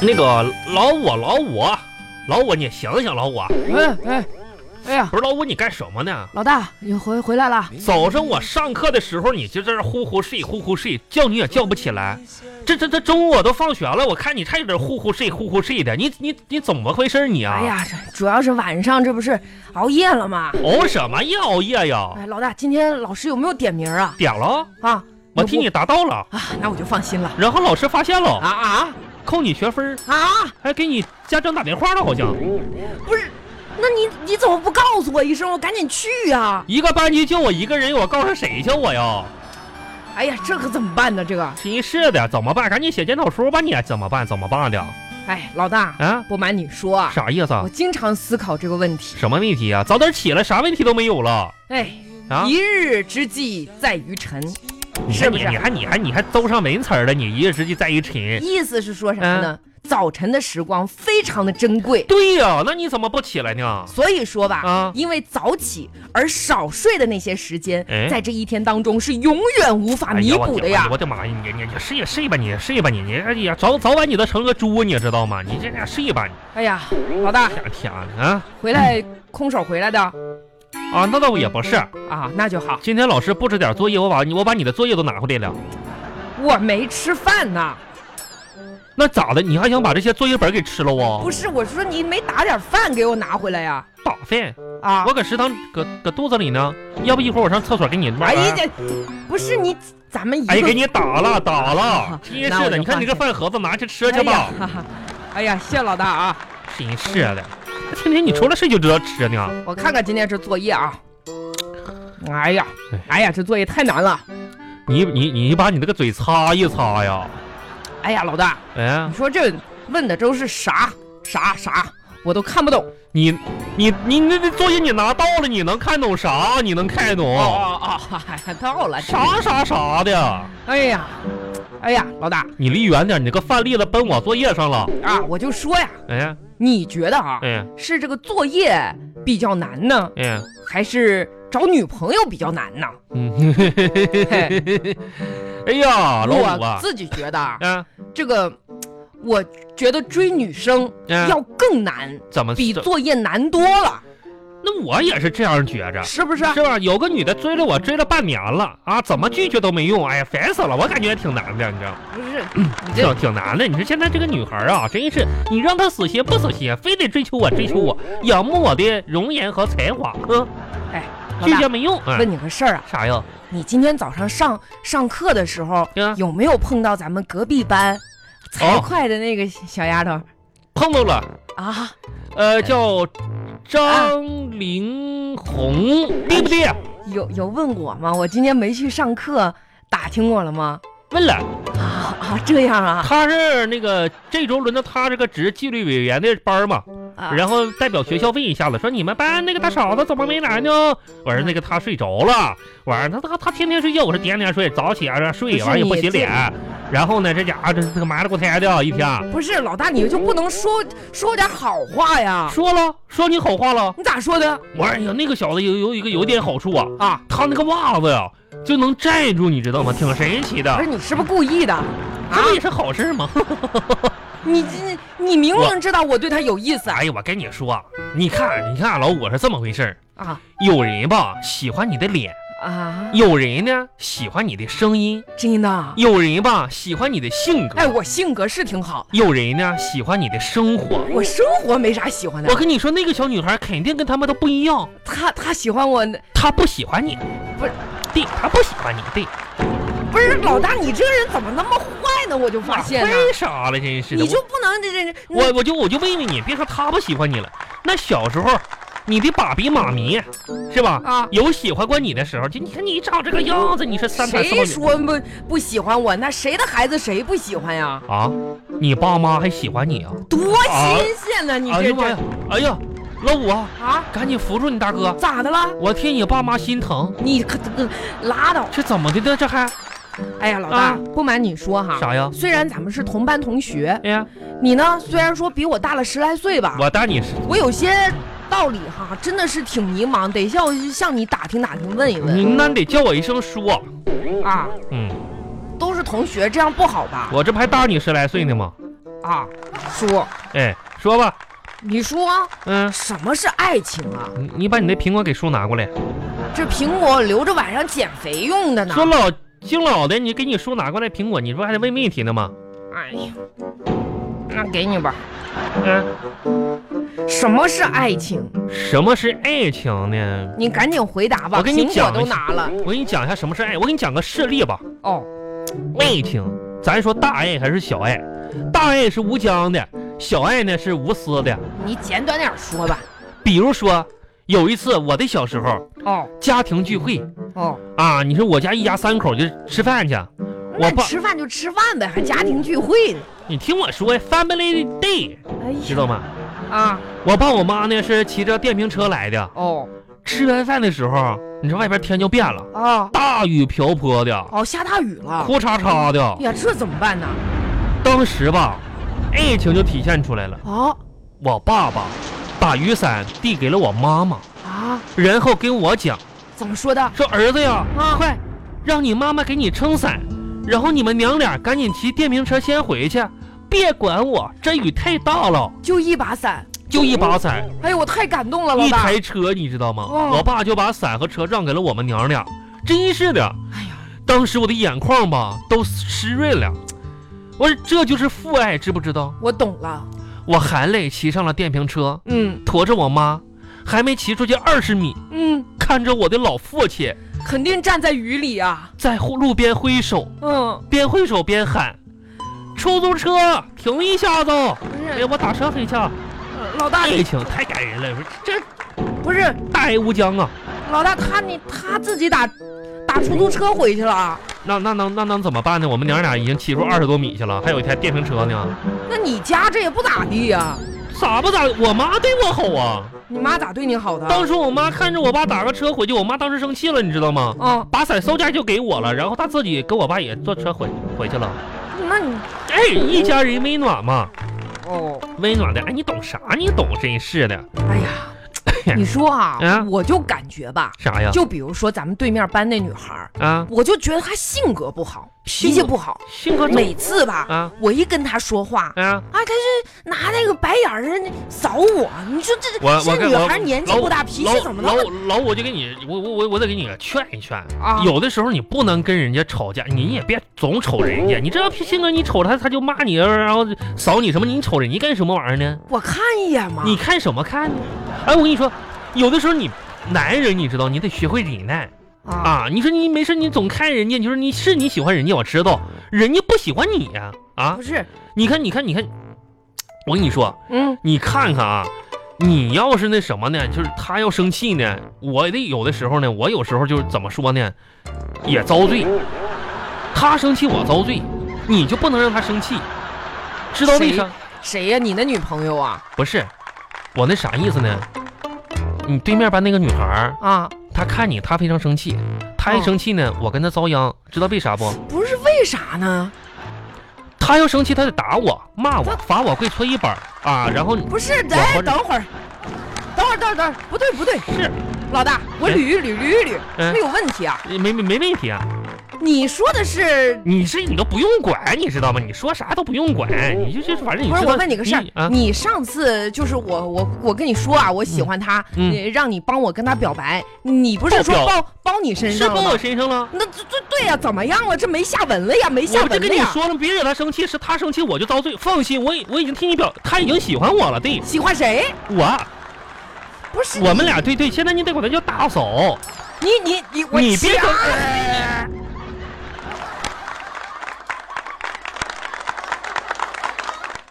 那个老五，老五，老五，你醒醒，老五，哎哎哎呀，不是老五，你干什么呢？老大，你回回来了，早上我上课的时候，你就在这呼呼睡，呼呼睡，叫你也叫不起来。这这这中午我都放学了，我看你还有点呼呼睡，呼呼睡的，你你你怎么回事你啊？哎呀，这主要是晚上这不是熬夜了吗？熬什么夜熬夜呀？哎，老大，今天老师有没有点名啊？点了，啊，我替你达到了，啊，那我就放心了。然后老师发现了，啊啊扣你学分，啊！还给你家长打电话了，好像不是，那你你怎么不告诉我一声，我赶紧去啊呀、一个班级就我一个人，我告诉谁去我呀？哎呀，这可怎么办呢？这个，真是的，怎么办？赶紧写检讨书吧你，怎么办？怎么办的？哎，老大，啊，不瞒你说啊，啥意思？我经常思考这个问题。什么问题啊？早点起来，啥问题都没有了哎，啊！一日之计在于晨，你是看不你是你还你还你还兜上文词儿了，你一日之计在于晨。意思是说什么呢？早晨的时光非常的珍贵，对呀、那你怎么不起来呢？所以说吧，啊因为早起而少睡的那些时间，哎在这一天当中是永远无法弥补的呀。哎我的妈呀！你你你睡睡吧你睡吧你你哎呀早早晚你都成个猪，你知道吗？你这睡吧你，哎呀，老大天哪啊回来空手回来的啊！那倒也不是，啊，那就好。今天老师布置点作业，我把你我把你的作业都拿回来了。我没吃饭呢，那咋的？你还想把这些作业本给吃了啊？不是，我是说你没打点饭给我拿回来呀？打饭，啊我，搁食堂搁搁肚子里呢。要不一会儿我上厕所给你慢慢。哎呀，这不是你，咱们一 哎，个 给你打了，打了，真那是的！我就你看你这放饭盒子，拿去吃去吧。哎呀。哎呀，谢老大啊！ 真是的，天天你除了睡就知道吃呢。我看看今天这作业啊，哎呀，哎呀，这作业太难了！你你你把你那个嘴擦一擦呀！哎呀，老大，哎你，说这问的都是啥啥啥，我都看不懂。你你你那那作业你拿到了，你能看懂啥？你能看懂哦哦，哎到了，啥啥啥的？哎呀，哎呀，老大你离远点，你那个饭粒子奔我作业上了。啊，我就说呀，哎你觉得啊，哎是这个作业比较难呢，哎，还是找女朋友比较难呢？嗯， 嘿哎呀，老五我啊，自己觉得啊，啊，这个，我觉得追女生嗯要更难，怎么比作业难多了，那我也是这样觉着。是不 是？是吧？有个女的追了我，追了半年了啊，怎么拒绝都没用，哎呀，烦死了！我感觉也挺难的，你知道吗？不是，你这挺挺难的。你说现在这个女孩啊，真是你让她死心不死心，非得追求我，追求我，仰慕我的容颜和才华，嗯，哎，拒老绝大，没用。嗯、问你个事儿啊。啥呀？你今天早上上上课的时候，嗯有没有碰到咱们隔壁班财会的那个小丫头、碰到了，啊？呃，叫张玲红，对不哎对？有有问我吗？我今天没去上课，打听我了吗？问了，啊啊，这样啊她是那个这周轮到她这个职纪律委员的班嘛，啊然后代表学校问一下子，说你们班那个大嫂子怎么没来呢？我说那个她睡着了，完了她她她天天睡觉，我说点点睡，早起啊睡，不是完了也不你洗这脸，然后呢这家伙这这个埋了锅胎的，一天啊不是老大，你就不能说说点好话呀？说了说你好话了，你咋说的我说哎呀那个小子有有一个有点好处啊，啊？他那个袜子呀就能站住，你知道吗？挺神奇不的是，你是不是故意的？这不也是好事吗？你这你明明知道我对她有意思啊哎呀，我跟你说，你看你看老五是这么回事儿，啊有人吧喜欢你的脸，啊！有人呢喜欢你的声音。真的啊？有人吧喜欢你的性格，哎，我性格是挺好，有人呢喜欢你的生活。我生活没啥喜欢的我。跟你说，那个小女孩肯定跟他们都不一样，她她喜欢我。她不喜欢你，不是，对，她不喜欢你，对，不是老大，你这个人怎么那么坏呢？我就发现呢，为啥了？真是的，你就不能这这这我我我就我就问问你，别说她不喜欢你了，那小时候。你的爸比妈咪是吧？啊有喜欢过你的时候，就你看你长这个样子，你是三盘谁扫说不不喜欢我？那谁的孩子谁不喜欢呀？把啊！你爸妈还喜欢你啊？多新鲜呢！你哎这呀妈呀这！哎呀，老五啊，啊，赶紧扶住你大哥，咋的了？我替你爸妈心疼。你可可拉倒！这怎么的呢？这还哎呀，老大，啊不瞒你说哈，啥呀？虽然咱们是同班同学，哎呀，你呢虽然说比我大了十来岁吧，我带你是，我有些道理哈，真的是挺迷茫，得向向你打听打听，问一你问那得叫我一声叔。啊。嗯，都是同学，这样不好吧？我这不还大你十来岁呢吗？啊，叔，哎，说吧，你说嗯，什么是爱情啊？你你把你那苹果给叔拿过来。这苹果留着晚上减肥用的呢。说老经老的，你给你叔拿过来苹果，你这不还得问命题呢吗？哎呀，那给你吧。嗯，什么是爱情？什么是爱情呢？你赶紧回答吧。我跟你苹讲果都拿了。我给你讲一下什么是爱，我给你讲个事例吧。哦，爱情，咱说大爱还是小爱？大爱是无疆的，小爱呢是无私的。你简短点说吧。比如说，有一次我的小时候，哦家庭聚会哦，啊，你说我家一家三口就吃饭去，啊我那爸，吃饭就吃饭呗，还家庭聚会呢。你听我说呀，family day，哎呀，知道吗？啊？我爸我妈呢是骑着电瓶车来的。哦吃完饭的时候，你说外边天就变了，哦大雨瓢泼的，哦，下大雨了。哭嚓嚓的。呀，这怎么办呢？当时吧，爱情就体现出来了。哦我爸爸把雨伞递给了我妈妈，啊，然后跟我讲怎么说的？说：“儿子呀，啊，快让你妈妈给你撑伞，然后你们娘俩赶紧骑电瓶车先回去，别管我，这雨太大了。”就一把伞。就一把伞，哎呦，我太感动了，老一大。台车，你知道吗？哦我爸就把伞和车让给了我们娘俩，真是的。哎呀，当时我的眼眶吧都湿润了。我说这就是父爱，知不知道？我懂了。我含泪骑上了电瓶车，嗯驮着我妈，还没骑出去二十米，嗯，看着我的老父亲肯定站在雨里啊。在路边挥手，嗯，边挥手边喊：“出租车，停一下子！”不哎是，呀，我打车回去。呃老大，爱情太感人了，我说这不是大爱无疆啊！老大，他你他自己打打出租车回去了啊。那那能那能怎么办呢？我们娘俩已经骑出二十多米去了，还有一台电瓶车呢，那你家这也不咋地呀、咋不咋？我妈对我好啊！你妈咋对你好的？当时我妈看着我爸打个车回去，我妈当时生气了，你知道吗？啊，把伞收价就给我了，然后她自己跟我爸也坐车回回去了。那你哎，一家人温暖嘛，哦，温暖的。哎，你懂啥？你懂，真是的。哎呀，你说啊，啊我就感觉吧，啥呀？就比如说咱们对面班那女孩儿，啊，我就觉得她性格不好，性脾格气不好，性格怎每次吧，啊我一跟她说话。啊？啊，她是拿那个白眼儿扫我，你说这 我我这跟女我孩年纪老不大，脾气怎么老能老老我就给你，我我我我得给你劝一劝。啊？有的时候你不能跟人家吵架，你也别总瞅人家。你这脾性格，你瞅他他就骂你，啊然后扫你什么？你瞅人家干什么玩意儿呢？我看一眼嘛，你看什么看呢？哎，我跟你说，有的时候你男人，你知道，你得学会忍耐啊啊。你说你没事，你总看人家，你说你是你喜欢人家，我知道，人家不喜欢你呀啊不是，你看，你看，你看，我跟你说，嗯你看看啊，你要是那什么呢？就是他要生气呢，我得有的时候呢，我有时候就是怎么说呢，也遭罪。他生气我遭罪，你就不能让他生气，知道为啥？谁呀、你的女朋友啊？不是，我那啥意思呢？你对面班那个女孩儿，啊，她看你，她非常生气，她一哦生气呢，我跟她遭殃，知道为啥不？不是为啥呢？她要生气，她得打我、骂我、罚我跪搓衣板儿啊，然后你不是，我哎，活着等会儿，等会儿，等会儿，等会儿，不对，不对，是老大，我哎捋一捋，捋一捋，哎这有问题啊！没没没问题啊。你说的是，你是你都不用管，你知道吗？你说啥都不用管，你就就是反正你不是？知道我问你个事儿，啊，你上次就是我，我，我跟你说啊，我喜欢他，嗯你让你帮我跟他表白，你不是爆说表包包你身是上包了吗我？身上了。那这这对呀、怎么样了？这没下文了呀，没下我不就跟文了你呀。说了，别惹他生气，是他生气我就遭罪。放心，我已我已经替你表，他已经喜欢我了。对喜欢谁？我，不是我们俩对对，现在你得管他叫大嫂，你你你我你别掐整哎